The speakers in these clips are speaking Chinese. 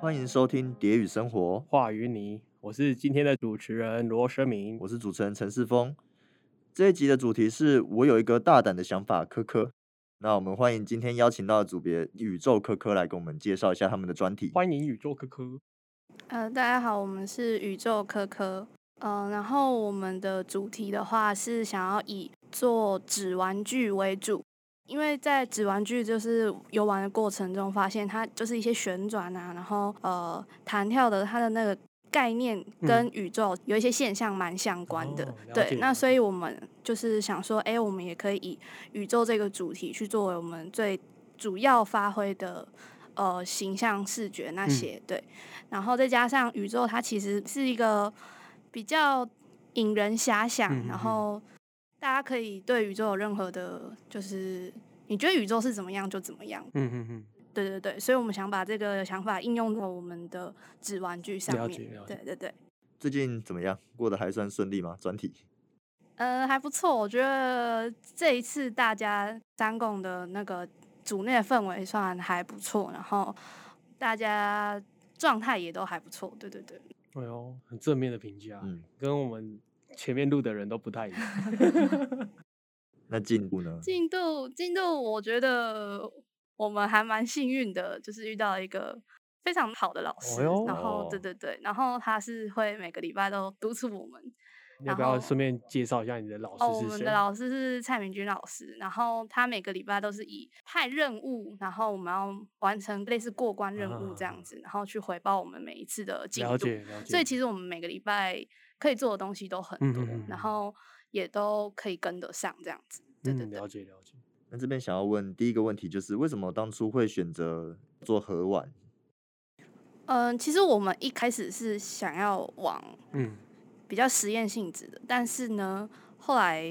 欢迎收听《蝶语生活》，话与你，我是今天的主持人罗生明。我是主持人陈世峰。这一集的主题是我有一个大胆的想法，科科。那我们欢迎今天邀请到的组别宇宙科科来给我们介绍一下他们的专题。欢迎宇宙科科，呃，大家好，我们是宇宙科科。呃，然后我们的主题的话是想要以做纸玩具为主，因为在纸玩具就是游玩的过程中，发现它就是一些旋转啊，然后呃弹跳的它的那个概念跟宇宙有一些现象蛮相关的。嗯哦了解对，那所以我们就是想说，哎，我们也可以以宇宙这个主题去作为我们最主要发挥的呃形象视觉嗯那些、对，然后再加上宇宙它其实是一个比较引人遐想，嗯嗯嗯然后大家可以对宇宙有任何的，就是你觉得宇宙是怎么样就怎么样，嗯嗯嗯，对对对，所以我们想把这个想法应用到我们的纸玩具上了面解了，解对对对。最近怎么样？过得还算顺利吗？专题？呃，还不错，我觉得这一次大家三共的那个组内的氛围算还不错，然后大家状态也都还不错，对对对，哎呦，很正面的评价，嗯，跟我们前面录的人都不太一 样。那进步呢？进度进度，我觉得我们还蛮幸运的，就是遇到一个非常好的老师，哦哟然后对哦对对，然后他是会每个礼拜都督促我们，你要不然要后顺便介绍一下你的老哦，我师是们谁？的老师是蔡明君老师，然后他每个礼拜都是以派任务，然后我们要完成类似过关任务这啊样子，然后去回报我们每一次的进了度。解了解。所以其实我们每个礼拜可以做的东西都很嗯多，嗯嗯嗯然后也都可以跟得上这样子。对对嗯，对，了解了解。那这边想要问第一个问题就是，为什么当初会选择做盒碗？嗯，其实我们一开始是想要往嗯，比较实验性质的，但是呢，后来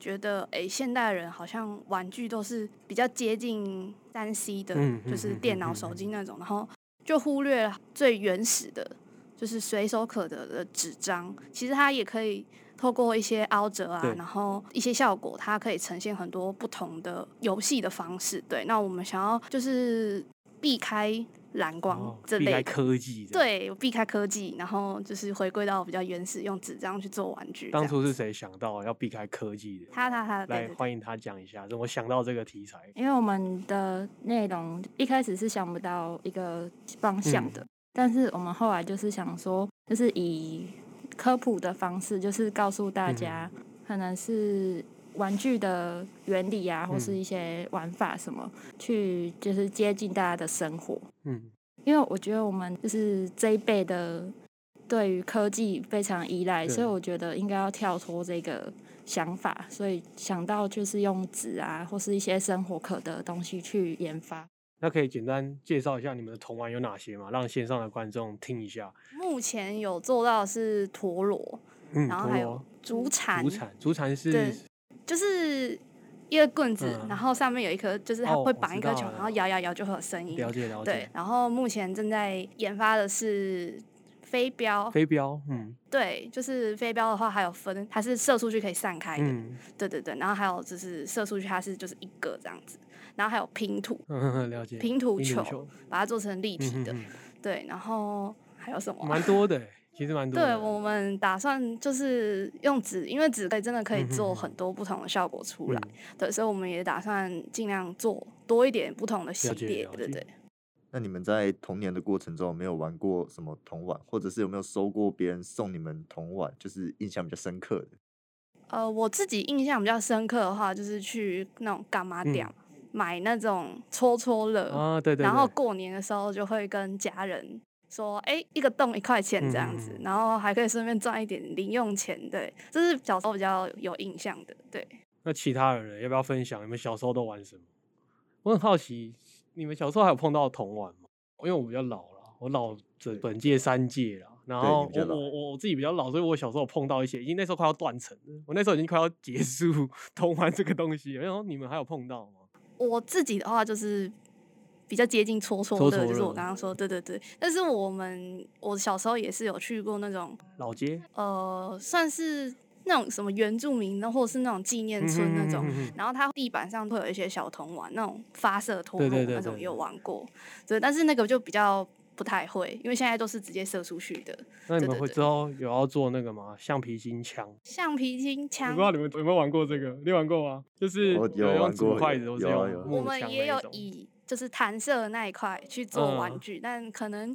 觉得，诶，现代人好像玩具都是比较接近三 C 的，嗯嗯就是嗯电嗯脑、嗯手嗯机那种，然后就忽略了最原始的，就是随手可得的纸张。其实它也可以透过一些凹折啊对，然后一些效果，它可以呈现很多不同的游戏的方式。对，那我们想要就是避开蓝光哦这避类开的。科技。，对，避开科技，然后就是回归到比较原始，用纸张去做玩具这样。当初是谁想到要避开科技的？他他他，对来对对，欢迎他讲一下怎么想到这个题材。因为我们的内容一开始是想不到一个方向的，但是我们后来就是想说，就是以科普的方式，就是告诉大家，可能是玩具的原理啊，或是一些玩法什么，去就是接近大家的生活。嗯，因为我觉得我们就是这一辈的对于科技非常依赖，对所以我觉得应该要跳脱这个想法，所以想到就是用纸啊，或是一些生活可得的东西去研发。那可以简单介绍一下你们的童玩有哪些吗？让线上的观众听一下。目前有做到的是陀螺，嗯，然后陀还螺有竹竹铲，铲，竹铲是对就是一个棍子，嗯然后上面有一颗，就是它哦会我绑知一颗道球，了然后摇摇摇就会有声音。了解了对解，，然后目前正在研发的是飞镖，飞镖，嗯对，就是飞镖的话还有分，它是射出去可以散开的，嗯对对对，然后还有就是射出去它是就是一个这样子，然后还有拼图，嗯呵呵，了解。拼图拼球球，把它做成立体嗯的，嗯对，然后还有什么嗯，啊？蛮多的欸，其实 蛮多对的。我们打算就是用纸，因为纸可以真的可以嗯哼做哼很多不同的效果出来，嗯对，所以我们也打算尽量做多一点不同的系解列了，对解对。那你们在童年的过程中有没有玩过什么童玩，或者是有没有收过别人送你们童玩，就是印象比较深刻的？呃，我自己印象比较深刻的话，就是去那种干妈嗯店、买那种戳戳乐，啊，对对对，然后过年的时候就会跟家人说，哎、一个洞一块钱这样子，嗯嗯嗯然后还可以顺便赚一点零用钱，对，这是小时候比较有印象的，对。那其他人呢要不要分享？你们小时候都玩什么？我很好奇，你们小时候还有碰到童玩吗？因为我比较老了，我老这本届三届了。然对你后比较我老我我我自己比较老，所以我小时候有碰到一些，已经那时候快要断层了。我那时候已经快要结束 童玩这个东西了。然后你们还有碰到吗？我自己的话就是比较接近搓搓搓乐，搓就是我乐刚刚说，对对对。但是我们我小时候也是有去过那种老街呃，算是那种什么原住民的，或者是那种纪念村那种。嗯哼嗯哼嗯哼然后它地板上会有一些小童玩，那种发射陀对螺对对那种对也有对玩过，对。但是那个就比较不太会，因为现在都是直接射出去的那你对们对会对之后有要做那个吗？橡皮筋枪？橡皮筋我枪不知。道你们有没有玩过这个？你有玩过吗？就是我有用玩竹过筷子，或是有啊用有啊木我枪们也那有种以就是弹射的那一块去做玩嗯具，但可能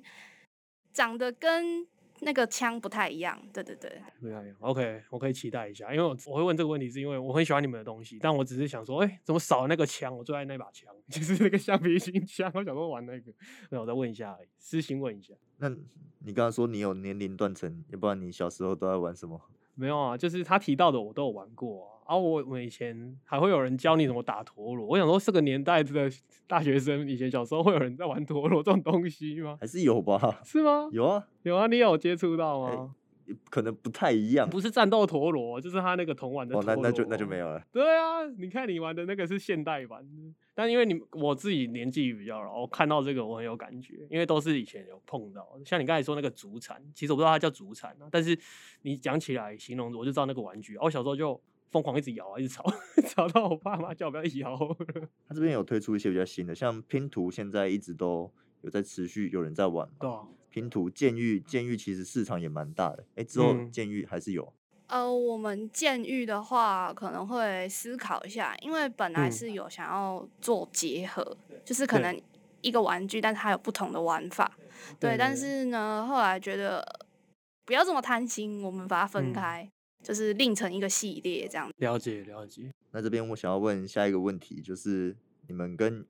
长得跟那个枪不太一样。对对对，对啊，OK，我可以期待一下，因为我我会问这个问题，是因为我很喜欢你们的东西，但我只是想说，哎、怎么少了那个枪？我最爱那把枪， 就是那个橡皮筋枪，我想说玩那个，那我再问一下而已，私信问一下。那你刚刚说你有年龄断层，要不然你小时候都在玩什么？没有啊，就是他提到的我都有玩过啊。啊，我我以前还会有人教你怎么打陀螺，我想说这个年代的大学生，以前小时候会有人在玩陀螺这种东西吗？还是有吧？ 是吗？有啊，有啊，你有接触到吗？可能不太一样。不是战斗陀螺，就是他那个铜玩的哎哦，陀螺。那那就那就没有了。对啊，你看你玩的那个是现代版的，但因为你我自己年纪比较老，我看到这个我很有感觉，因为都是以前有碰到的。像你刚才说那个竹铲，其实我不知道它叫竹铲啊，但是你讲起来形容我就知道那个玩具。啊我小时候就疯狂一直摇啊，一直吵， 吵到我爸妈叫我不要摇了。它这边有推出一些比较新的，像拼图，现在一直都有在持续有人在玩嘛。 对啊，拼图、监狱，监狱其实市场也蛮大的。哎，之后嗯监狱还是有。呃，我们建议的话可能会思考一下，因为本来嗯是有想要做结合，就是可对嗯能一个玩具，但是它有不同的玩法。对，对但对是呢，后来觉得呃不要这么贪心，我们把它分嗯开，就是另成一个系列这样。了解了解。那这边我想要问下一个问题，就是你们跟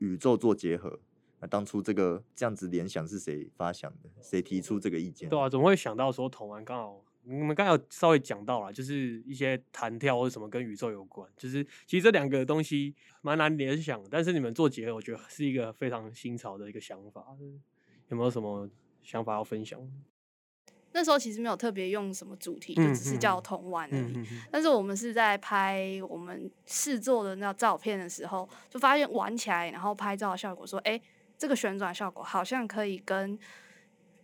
宇宙做结合，那当初这个这样子联想是谁发想的？谁提出这个意见？对啊，，怎么会想到说同玩刚好？你们刚才有稍微讲到了，就是一些弹跳或者什么跟宇宙有关，就是其实这两个东西蛮难联想的，但是你们做结合，我觉得是一个非常新潮的一个想法。有没有什么想法要分享？那时候其实没有特别用什么主题，就嗯只是嗯叫嗯童玩而嗯已。嗯但是我们是在拍我们试做的那照片的时候，就发现玩起来，然后拍照的效果说，哎、这个旋转效果好像可以跟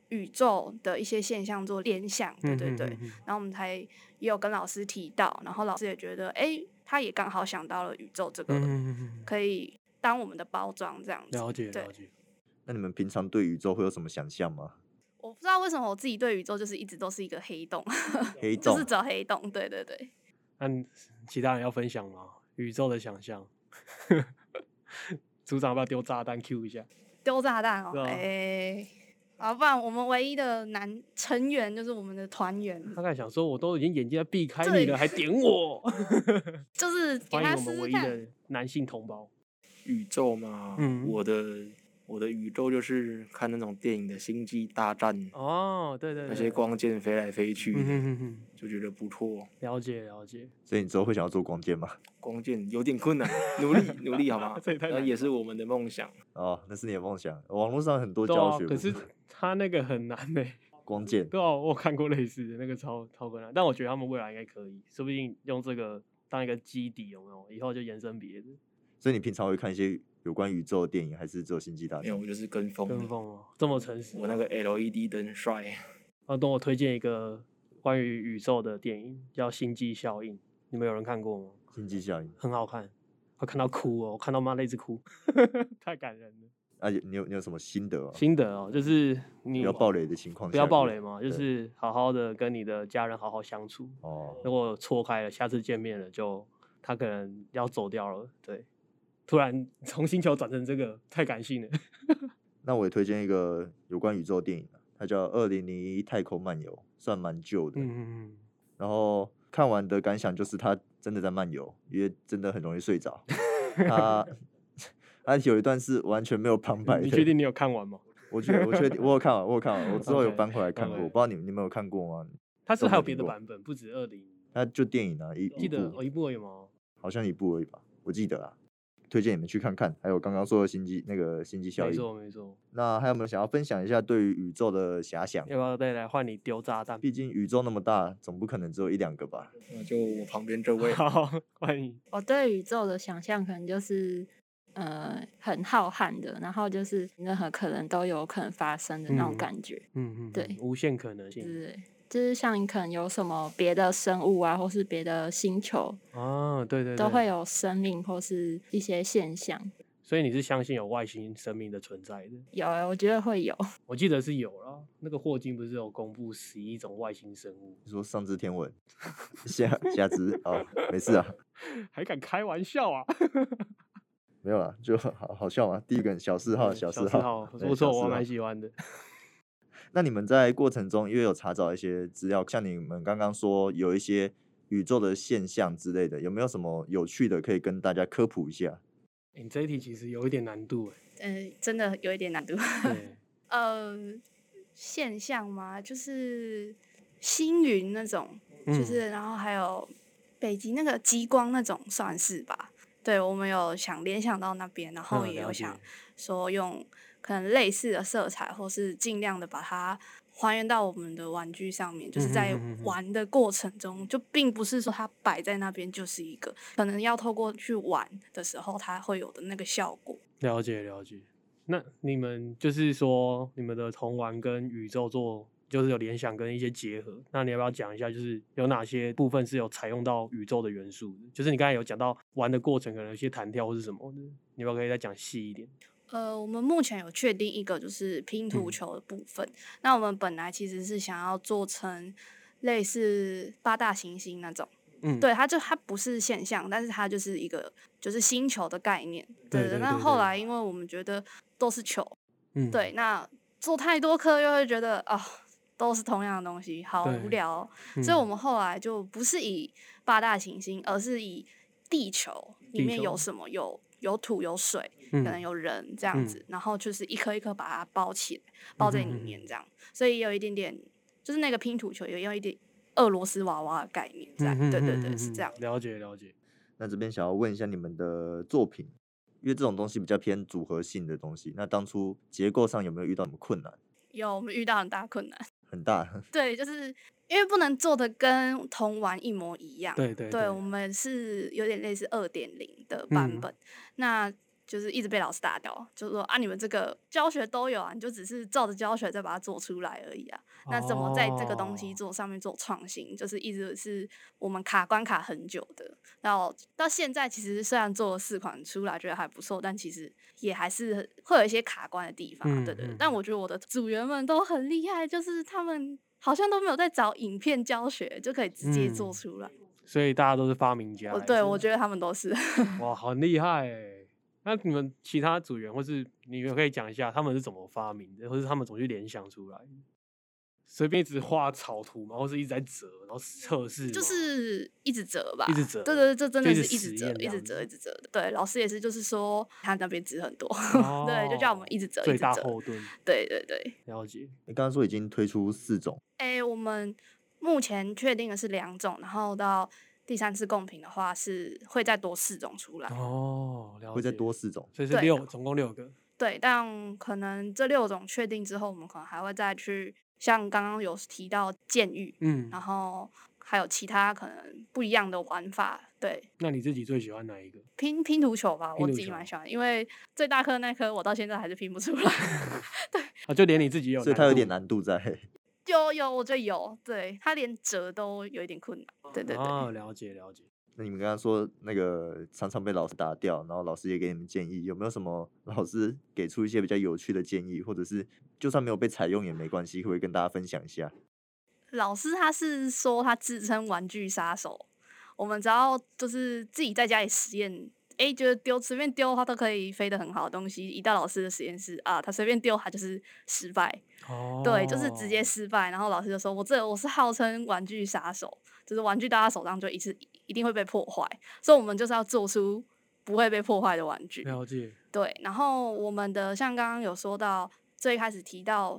宇宙的一些现象做联想，对嗯，对嗯对。，嗯嗯然后我们才也有跟老师提到，然后老师也觉得，哎、他也刚好想到了宇宙这个，嗯嗯嗯嗯，可以当我们的包装这样子。了解对了解。那你们平常对宇宙会有什么想象吗？我不知道为什么我自己对宇宙就是一直都是一个黑洞， 黑就洞是，走黑洞，对对对。那其他人要分享吗？宇宙的想象，组长要不要丢炸弹 Q 一下？丢炸弹哦对，啊哎、啊，不然我们唯一的男成员就是我们的团员，大概想说，我都已经眼睛在避开对你了，还点我。就是给欢迎他我试们试唯一看。的男性同胞。宇宙嘛，嗯我的我的宇宙就是看那种电影的《星际大战》哦，对对那些光剑飞来飞去的，嗯哼哼哼，就觉得不错。了解了解，所以你之后会想要做光剑吗？ 光剑有点 困难，努力努力好吗？这也太那难也了是我们的梦想。哦，那是你的梦想。网络上很多对教啊，学，可是他那个很难呢、光剑对啊，我有看过类似的那个超超困难，但我觉得他们未来应该可以，说不定用这个当一个基底，有没有？以后就延伸别的，所以你平常会看一些有关宇宙的电影，还是只有星际大没战有，？我就是跟风的。跟风哦，这么诚实。我那个 LED 灯帅，啊，等我推荐一个关于宇宙的电影，叫《星际效应》，你们有人看过吗？星际效应很好看，我看到哭哦，我看到妈泪直哭， 太感人了。啊，有你有你有什么心得吗？心得哦，就是不你要暴雷的情况下，不要暴雷嘛，就对是好好的跟你的家人好好相处。哦。如果错开了，下次见面了就他可能要走掉了，对。突然从星球转成这个，太感性了。那我也推荐一个有关宇宙的电影啊，它叫《二零零一太空漫游》，算蛮旧的。嗯嗯然后看完的感想就是，它真的在漫游，因为真的很容易睡 着。它 它有一段是完全没有旁白嗯，的。你确定你有看完吗？我确我确定，我有看完，我有看完，我之后有 OK，搬回来看过。 OK 我不知道你们你们有看过吗？它是都还有没别听的过版本，不止二零，那就电影啊，一记一得部哦一部而已吗？好像一部而已吧，我记得啦。推荐你们去看看，还有刚刚说的星际那个星际效没错应。没错，那还有没有想要分享一下对于宇宙的遐想？要不要再来换你丢炸弹？。毕竟宇宙那么大，总不可能只有一两个吧？那就我旁边这位好，欢迎。我对宇宙的想象可能就是，呃，很浩瀚的，然后就是任何可能都有可能发生的那种嗯感觉，嗯嗯，对嗯无限可能性对、就是像可能有什么别的生物啊，或是别的星球啊，对对，都对会有生命或是一些现象，所以你是相信有外星生命的存在的？有、欸，我觉得会有。我记得是有啦，那个霍金不是有公布十一种外星生物？ 你说上知天文，下下知哦，没事啊，还敢开玩笑啊？没有啦，就好好笑嘛。第一个小嗜哦好，嗯小嗜嗜好好，对小不错，我嗜好蛮喜欢的。那你们在过程中，因为有查找一些资料，像你们刚刚说有一些宇宙的现象之类的，有没有什么有趣的可以跟大家科普一下？欸你这一题其实有一点难度嗯、真的有一点难度。 哎、对，呃，现象嘛，就是星云那种，就嗯是然后还有北极那个极光那种，算是吧。对，我们有想联想到那边，然后嗯也了有解想说用可能类似的色彩，或是尽量的把它还原到我们的玩具上面。就是嗯哼在哼哼哼玩的过程中，就并不是说它摆在那边就是一个，可能要透过去玩的时候，它会有的那个效果。了解了解。那你们就是说，你们的童玩跟宇宙做就是有联想跟一些结合。那你要不要讲一下，就是有哪些部分是有采用到宇宙的元素的？就是你刚才有讲到玩的过程，可能有一些弹跳或是什么的，你要不要可以再讲细一点？呃，我们目前有确定一个就是拼图嗯球的部分。那我们本来其实是想要做成类似八大行星那种，嗯，对，它就它不是现象，但是它就是一个就是星球的概念。对对那对后对来因为我们觉得都是球，嗯，对，那做太多颗又会觉得啊、都是同样的东西，好对无聊哦、嗯，所以我们后来就不是以八大行星，而是以地球里地面有球什么，有有土有水，可可能有人这样嗯子，然后就是一颗一颗把它包起来，包在里嗯哼面这样，所以有一点点就是那个拼图球也有一点俄罗斯娃娃的概念嗯在，对对对，是这样。了解了解。那这边想要问一下你们的作品，因为这种东西比较偏组合性的东西，那当初结构上有没有遇到什么困难？有我们遇到很大困难， 很大， 对，就是因为不能做的跟童玩一模一样，对对啊对我们是有点类似二点零的版嗯本，那。就是一直被老师打掉，就说啊，你们这个教学都有啊，你就只是照着教学再把它做出来而已啊。那怎么在这个东西哦做上面做创新，就是一直是我们卡关卡很久的。到到现在，其实虽然做了四款出来，觉得还不错，但其实也还是会有一些卡关的地方啊、嗯对对对嗯但我觉得我的组员们都很厉害，就是他们好像都没有在找影片教学就可以直接做嗯出来。所以大家都是发明家我欸。哦对是我吗觉得他们都是。哇，很厉害欸！那你们其他组员，或是你们可以讲一下他们是怎么发明的，或是他们怎么去联想出来的？随便一直画草图嘛，或是一直在折，然后测试吗， 就是一直折吧，一直折对对对，这真的就一是直一直实折验，这一直样折，子一直折的。对，老师也是，就是说他那边纸很多， 对，就叫我们一直折，一哦最直大折。后盾，对对对，了解。你刚刚说已经推出四种，哎、我们目前确定的是两种，然后到第三次贡品的话是会再多四种出来。哦，了解。会再多，四种，所以是对六，总共六个。对，但可能这六种确定之后，我们可能还会再去，像刚刚有提到剑狱，嗯，然后还有其他可能不一样的玩法。对，那你自己最喜欢哪一个？拼拼图球吧，拼我图自己球蛮喜欢，因为最大颗那颗我到现在还是拼不出来。 啊，就连你自己也有，所以它有点。难度在。有有，我觉得有，对，它连折都有一点困难。对对对，啊，了解了解。那你们刚刚说那个常常被老师打掉，然后老师也给你们建议，有没有什么老师给出一些比较有趣的建议，或者是就算没有被采用也没关系，可不可以跟大家分享一下？老师他是说他自称玩具杀手，我们只要就是自己在家里实验，诶，觉得丢随便丢它都可以飞得很好的东西，一到老师的实验室啊，他随便丢它就是失败，哦，对，就是直接失败。然后老师就说我这我是号称玩具杀手，就是玩具到他手上就一次一定会被破坏，所以我们就是要做出不会被破坏的玩具。了解。对，然后我们的像刚刚有说到最开始提到，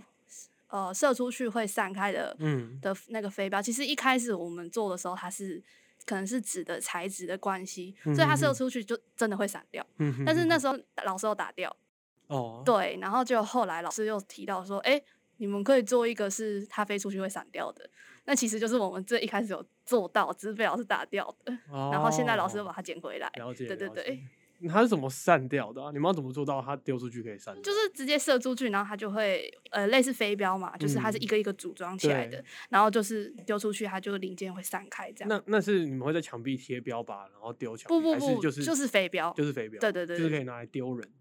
呃，射出去会散开的，嗯的那个飞镖，其实一开始我们做的时候，它是可能是纸的材质的关系，所以嗯它嗯射嗯出去就真的会散掉。嗯哼但是哼那哼时候老师有打掉，哦，对，然后就后来老师又提到说，哎、你们可以做一个是它飞出去会散掉的，那其实就是我们这一开始有做到，只是被老师打掉的，然后现在老师又哦把它捡回来，了解，对对了解 对。它是怎么散掉的、啊？你们要怎么做到它丢出去可以散掉？就是直接射出去，然后它就会呃类似飞镖嘛，就是它是一个一个组装起来的，嗯对然后就是丢出去，它就零件会散开这样。那那是你们会在墙壁贴标靶，然后丢墙壁，不不还是不就是就是飞镖就是飞镖，对对对就是对可以拿来丢人。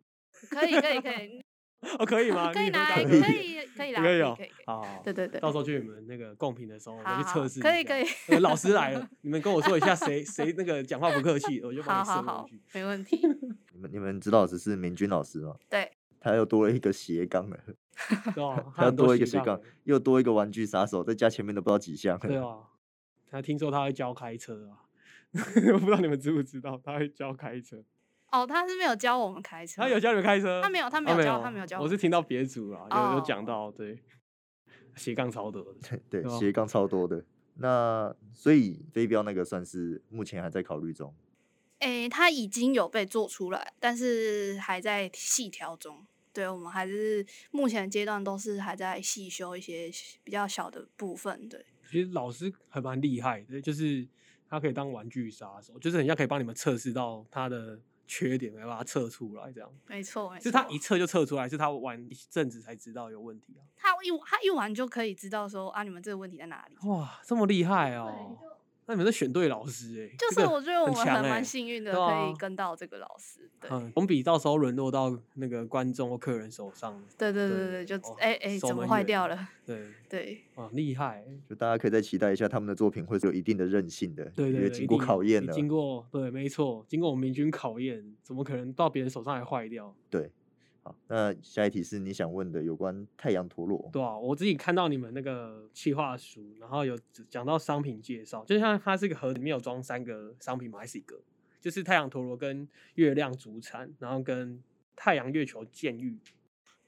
可以可以可 以，哦，可以吗？ 可以你回拿，答可以以可以啦， 可以哦可以可以， 好，好对对对到，时候去你们那个贡品的时候，我好再去测试一下。可以可以，呃老师来 了，你们跟我说一下谁谁那个讲话不客气，我就帮好你好升回好去。，没问题。你们你们指导老师是明君老师吗？对，他又多了一个斜杠了， 对 啊，他又很多多一个斜斜杠欸，又多一个玩具杀手，再加前面都不知道几项。对啊，他听说他会教开车啊，我不知道你们知不知道，他会教开车，哦，他是没有教我们开车，啊他有教你们开车，哦他没有他没啊有教他没有教我是听到别组啦，有有讲哦到对，斜杠超多的， 对对啊斜杠超多的。那所以飞镖那个算是目前还在考虑中。诶、它已经有被做出来，但是还在细调中。对我们还是目前阶段都是还在细修一些比较小的部分。对，其实老师还蛮厉害的，就是他可以当玩具杀手，就是很像可以帮你们测试到他的缺点，来把它测出来，这样。没错，没错。是他一测就测出来，是他玩一阵子才知道有问题啊！他一他一玩就可以知道说啊，你们这个问题在哪里。哇，这么厉害哦！那你们是选对老师哎、就这是个我觉得我很们强还欸蛮幸运的，对可啊以跟到这个老师。对，嗯，总比到时候沦落到那个观众或客人手上。对对对对对，就哦哎哎、守怎么门坏员掉了？对，对，哇，厉害欸、就大家可以再期待一下他们的作品会是有一定的韧性的，对因对为对，经一过定考验一了，经过对，没错，经过我们明君考验，怎么可能到别人手上还坏掉？对。好，那下一题是你想问的有关太阳陀螺。对啊，我自己看到你们那个企划书，然后有讲到商品介绍，就像它是一个盒子，里面有装三个商品嘛，还是一个？就是太阳陀螺跟月亮主产，然后跟太阳月球监狱。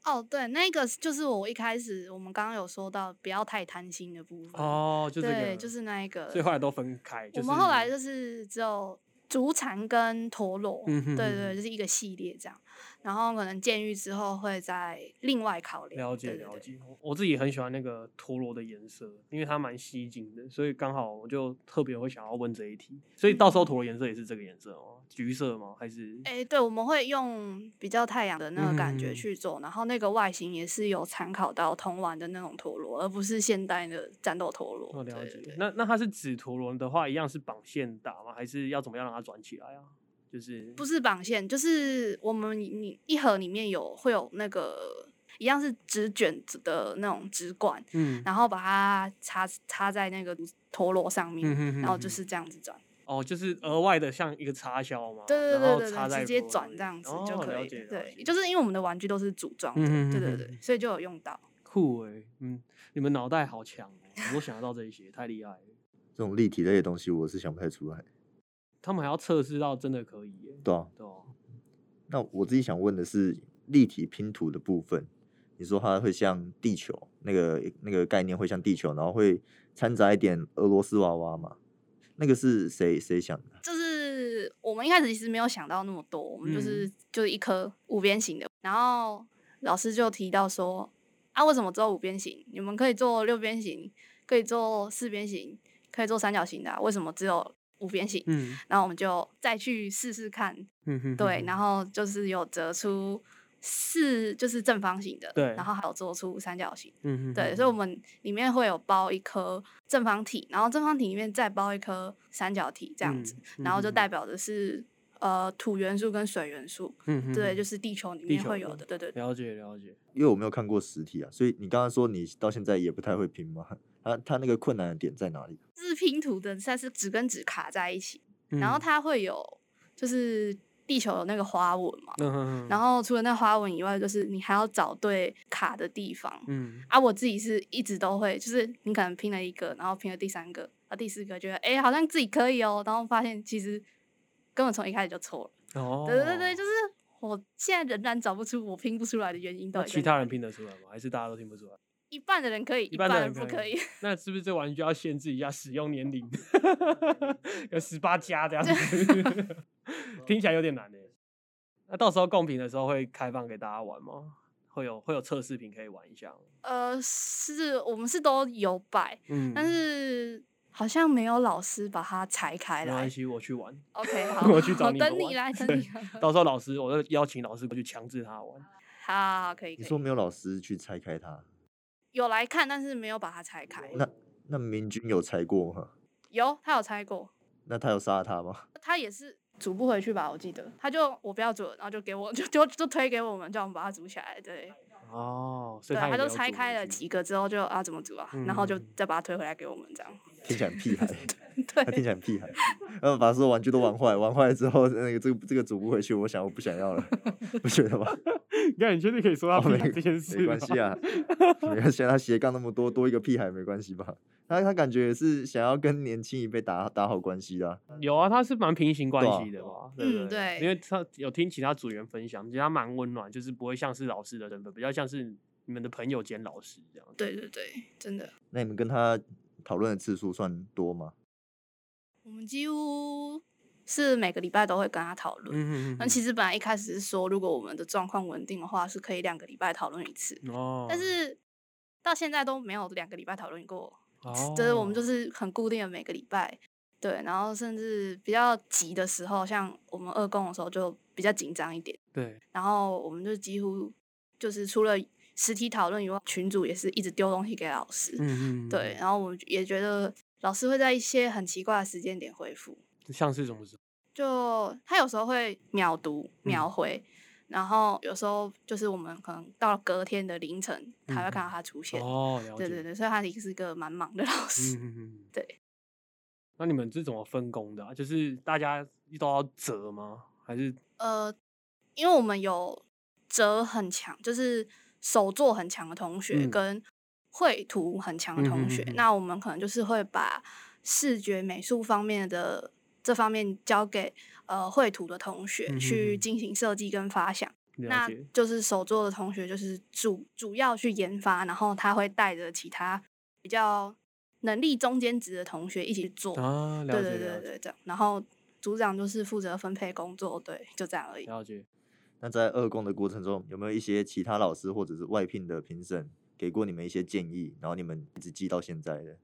哦对，那个就是我一开始我们刚刚有说到不要太贪心的部分。，哦，就这个，对，就是那一个。所以后来都分开。就我是、们后来就是只有竹蝉跟陀螺，嗯哼对哼对，哼就是一个系列这样。然后可能监狱之后会再另外考量。了解对对了对解。我我自己很喜欢那个陀螺的颜色，因为它蛮吸睛的，所以刚好我就特别会想要问这一题。所以到时候陀螺颜色也是这个颜色哦，橘色吗？还是？嗯哎、对，我们会用比较太阳的那个感嗯觉嗯嗯去做，然后那个外形也是有参考到童玩的那种陀螺，而不是现代的战斗陀螺。我哦了对解。对对那那它是纸陀螺的话，一样是绑线打吗？还是要怎么样让它转起来啊？就是不是绑线，就是我们你一盒里面有会有那个一样是纸卷子的那种纸管，嗯然后把它插插在那个陀螺上面，嗯哼哼然后哼就是这样子转。哦，就是额外的像一个插销嘛，对对然后对对插对，在直接陀螺转里这样子哦就可了以解了。对解，就是因为我们的玩具都是组装的，嗯对嗯对嗯对嗯，所以就有用到。酷哎、嗯，你们脑袋好强哦、我都想得到这一些，太厉害了。这种立体类的东西，我是想不太出来。他们还要测试到真的可以耶、对啊，对哦、那我自己想问的是立体拼图的部分，你说它会像地球那个那个概念会像地球，然后会掺杂一点俄罗斯娃娃嘛？那个是谁谁想的？就是我们一开始其实没有想到那么多，我们就是、嗯就是一颗五边形的，然后老师就提到说啊，为什么只有五边形？你们可以做六边形，可以做四边形，可以做三角形的啊、为什么只有五边形？嗯然后我们就再去试试看，嗯哼，对，然后后就是有折出四，就是正方形的，对然后还有做出三角形，嗯哼，对，所以我们里面会有包一颗正方体，然后正方体里面再包一颗三角体这样子，嗯然后就代嗯表的是呃土元素跟水元素，嗯哼对，就是是地球里地面球会的有的，对对对。了解了解。因为我没有看过实体啊，所以你刚刚说你到现在也不太会拼嘛， 它它那个困难的点在哪里？是拼图的，它是纸跟纸卡在一起，然后嗯，它会有就是地球有那个花纹嘛，嗯哼哼然后除了那花纹以外，就是你还要找对卡的地方，嗯，啊，我自己是一直都会，就是你可能拼了一个，然后拼了第三个，然后第四个，觉得哎、诶好像自己可以哦，然后发现其实根本从一开始就错了。哦，对对对对，就是我现在仍然找不出我拼不出来的原因到那底在哪里。其他人拼得出来吗？还是大家都拼不出来？一半的人可以，一一半的人人不可可以以。那是不是这玩具要限制一下使用年龄，要十八加这样子？ 听起来有点难呢。欸那到时候贡品的时候会开放给大家玩吗？会有会有测试品可以玩一下吗？呃，是我们是都有摆，嗯但是好像没有老师把它拆开没关来。系，我去 玩。 OK，好，我去找你们等你玩 来，等对你来。到时候老师，我就邀请老师过去强制他玩。好好，好可以，你可说以。没有老师去拆开它，有来看，但是没有把它拆开。那那明君有拆过吗？有，他有拆过，那他有杀他吗？他也是组不回去吧，我记得他就我不要组了，然后就给我 就就就推给我们，叫我们把它组起来。对，哦，所对，以他也他就没有拆组开回了去几个之后就啊怎么组啊，然后就嗯再把它推回来给我们 这样。听起来很屁孩，他听对起来很屁孩， 然后把所有玩具都玩坏，玩坏了之后，那个这个这个组不回去，我想我不想 要了，不觉得吗？你看，你确定可以说哦他没屁孩这件事、没关系，啊， 没关系啊，他斜杠那么多，多一个屁孩没关系吧？他他感觉也是想要跟年轻一辈打打好关系的啊、有啊，他是蛮平行关对啊系的嘛，嗯对不对因为他有听其他组员分享，其实他蛮温暖，就是不会像是老师的身份，比较像是你们的朋友兼老师这样子。对对对，真的，那你们跟他讨论的次数算多吗？我们几乎是每个礼拜都会跟他讨论。嗯嗯那其实实本来一开始是说，如果我们的状况稳定的话，是可以两个礼拜讨论一次，哦，但是到现在都没有两个礼拜讨论过，就是我们就哦是很固定的每个礼拜，对，然后甚至比较急的时候，像我们二公的时候就比较紧张一点，对然后我们就几乎就是除了实体讨论以外，群主也是一直丢东西给老师，嗯嗯，对，然后我们也觉得老师会在一些很奇怪的时间点回复，嗯像是什么时候？就他有时候会秒读嗯秒回，然后有时候就是我们可能到了隔天的凌晨才会看嗯到他出现。哦，了解，对对对，所以他也是个蛮忙的老师。嗯嗯嗯，对。那你们是怎么分工的、啊？就是大家都要折吗？还是呃，因为我们有折很强，就是手作很强的同学嗯跟绘图很强的同学，嗯嗯嗯嗯那我们可能就是会把视觉美术方面的这方面交给呃绘图的同学、嗯嗯去嗯进行设计跟发想。了那解？就是手作的同学，就是主主要去研发，然后他会带着其他比较能力中间值的同学一起做。啊，了对解对了对解对，这样。然后组长就是负责分配工作，对，就这样而已。了解。那在二工的过程中，有没有一些其他老师或者是外聘的评审给过你们一些建议，然后你们一直记到现在的？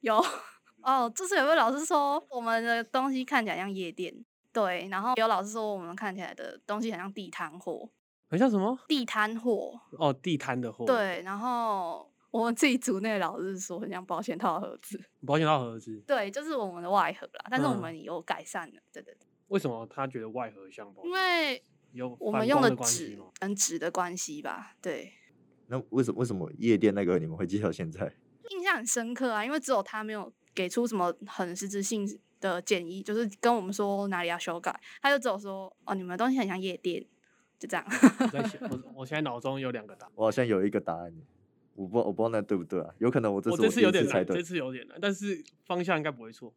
有哦，就是有位老师说我们的东西看起来像夜店，对，然后有老师说我们看起来的东西很像地摊货，很像什么？地摊货，哦，地摊的货，，对，然后。我们自己组内的老师说很像保险套的盒子， 保险套盒子。对，就是我们的外盒啦，但是我嗯们有改善的，对对对，为什么他觉得外盒像保险因套？为有我反们用光的的关系纸吗？跟纸的关系吧，对，那为什么为什么夜店那个你们会记到现在？印象很深刻啊，因为只有他没有给出什么很实质性的建议，就是跟我们说哪里要修改，他就只有说哦，你们的东西很像夜店，就这样。 我在想，我我现在脑中有两个 答案。我好像有一个答案，我不知道我不知道那对不对啊？有可能我这我是我这第次一有点次猜难，这对，次有点难，但是方向应该不会错。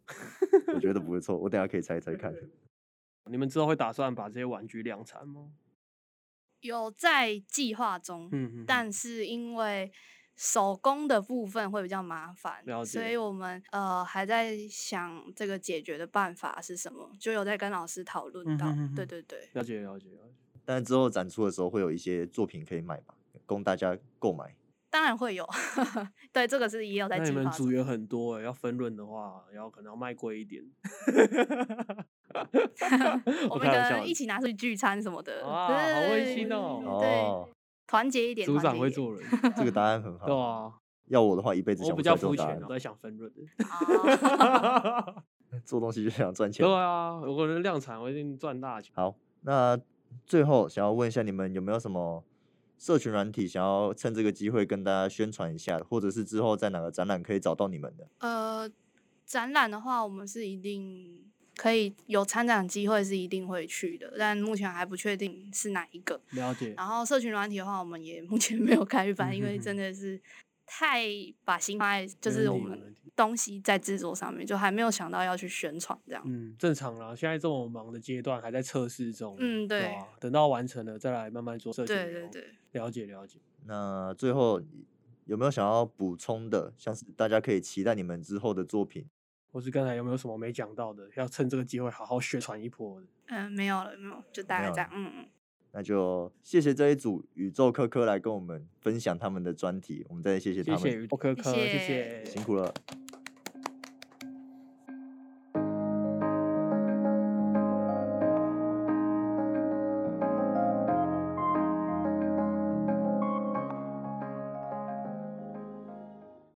我觉得不会错，我等下可以猜猜 看。你们之后会打算把这些玩具量产吗？有在计划中，嗯，嗯但是因为手工的部分会比较麻烦了，所解以我们呃还在想这个解决的办法是什么，就有在跟老师讨论嗯到。哼哼对哼对对，了解了解了解。但是之后展出的时候会有一些作品可以买吧，供大家购买。当然会有， 对这个是也有在那你计划们组中。员很多哎、要分润的话，要可能要卖贵一点。 我们开可玩笑能的一起拿出去聚餐什么的，哇对好温对馨哦对，哦，团结一点，组团长结会一点。做人， 这个答案很好。对啊。要我的话，一辈子我想比不出来较这种肤答浅案啊，我。在想分润的。 哦做东西就想赚钱对。啊，如果能量产，我一定赚大钱。好，那最后想要问一下，你们有没有什么社群软体想要趁这个机会跟大家宣传一下，或者是之后在哪个展览可以找到你们的？呃，展览的话，我们是一定可以有参展机会，是一定会去的，但目前还不确定是哪一个。了解，然后社群软体的话，我们也目前没有开嗯班，哼因为哼真的是太把心放在就没是问我题没们问题东西在制作上面，就还没有想到要去宣传这样。嗯，正常啦。现在这么忙的阶段，还在测试中。嗯对啊等到完成了再来慢慢做社群。对对，对，了解了解。那最后有没有想要补充的，像是大家可以期待你们之后的作品？或是刚才有没有什么没讲到的，要趁这个机会好好宣传一波的。嗯、没有了，没有，就大没概有这了样。嗯嗯，那就谢谢这一组宇宙科科来跟我们分享他们的专题，我们再谢谢他谢们，谢宇宙科科，谢谢谢谢辛苦了。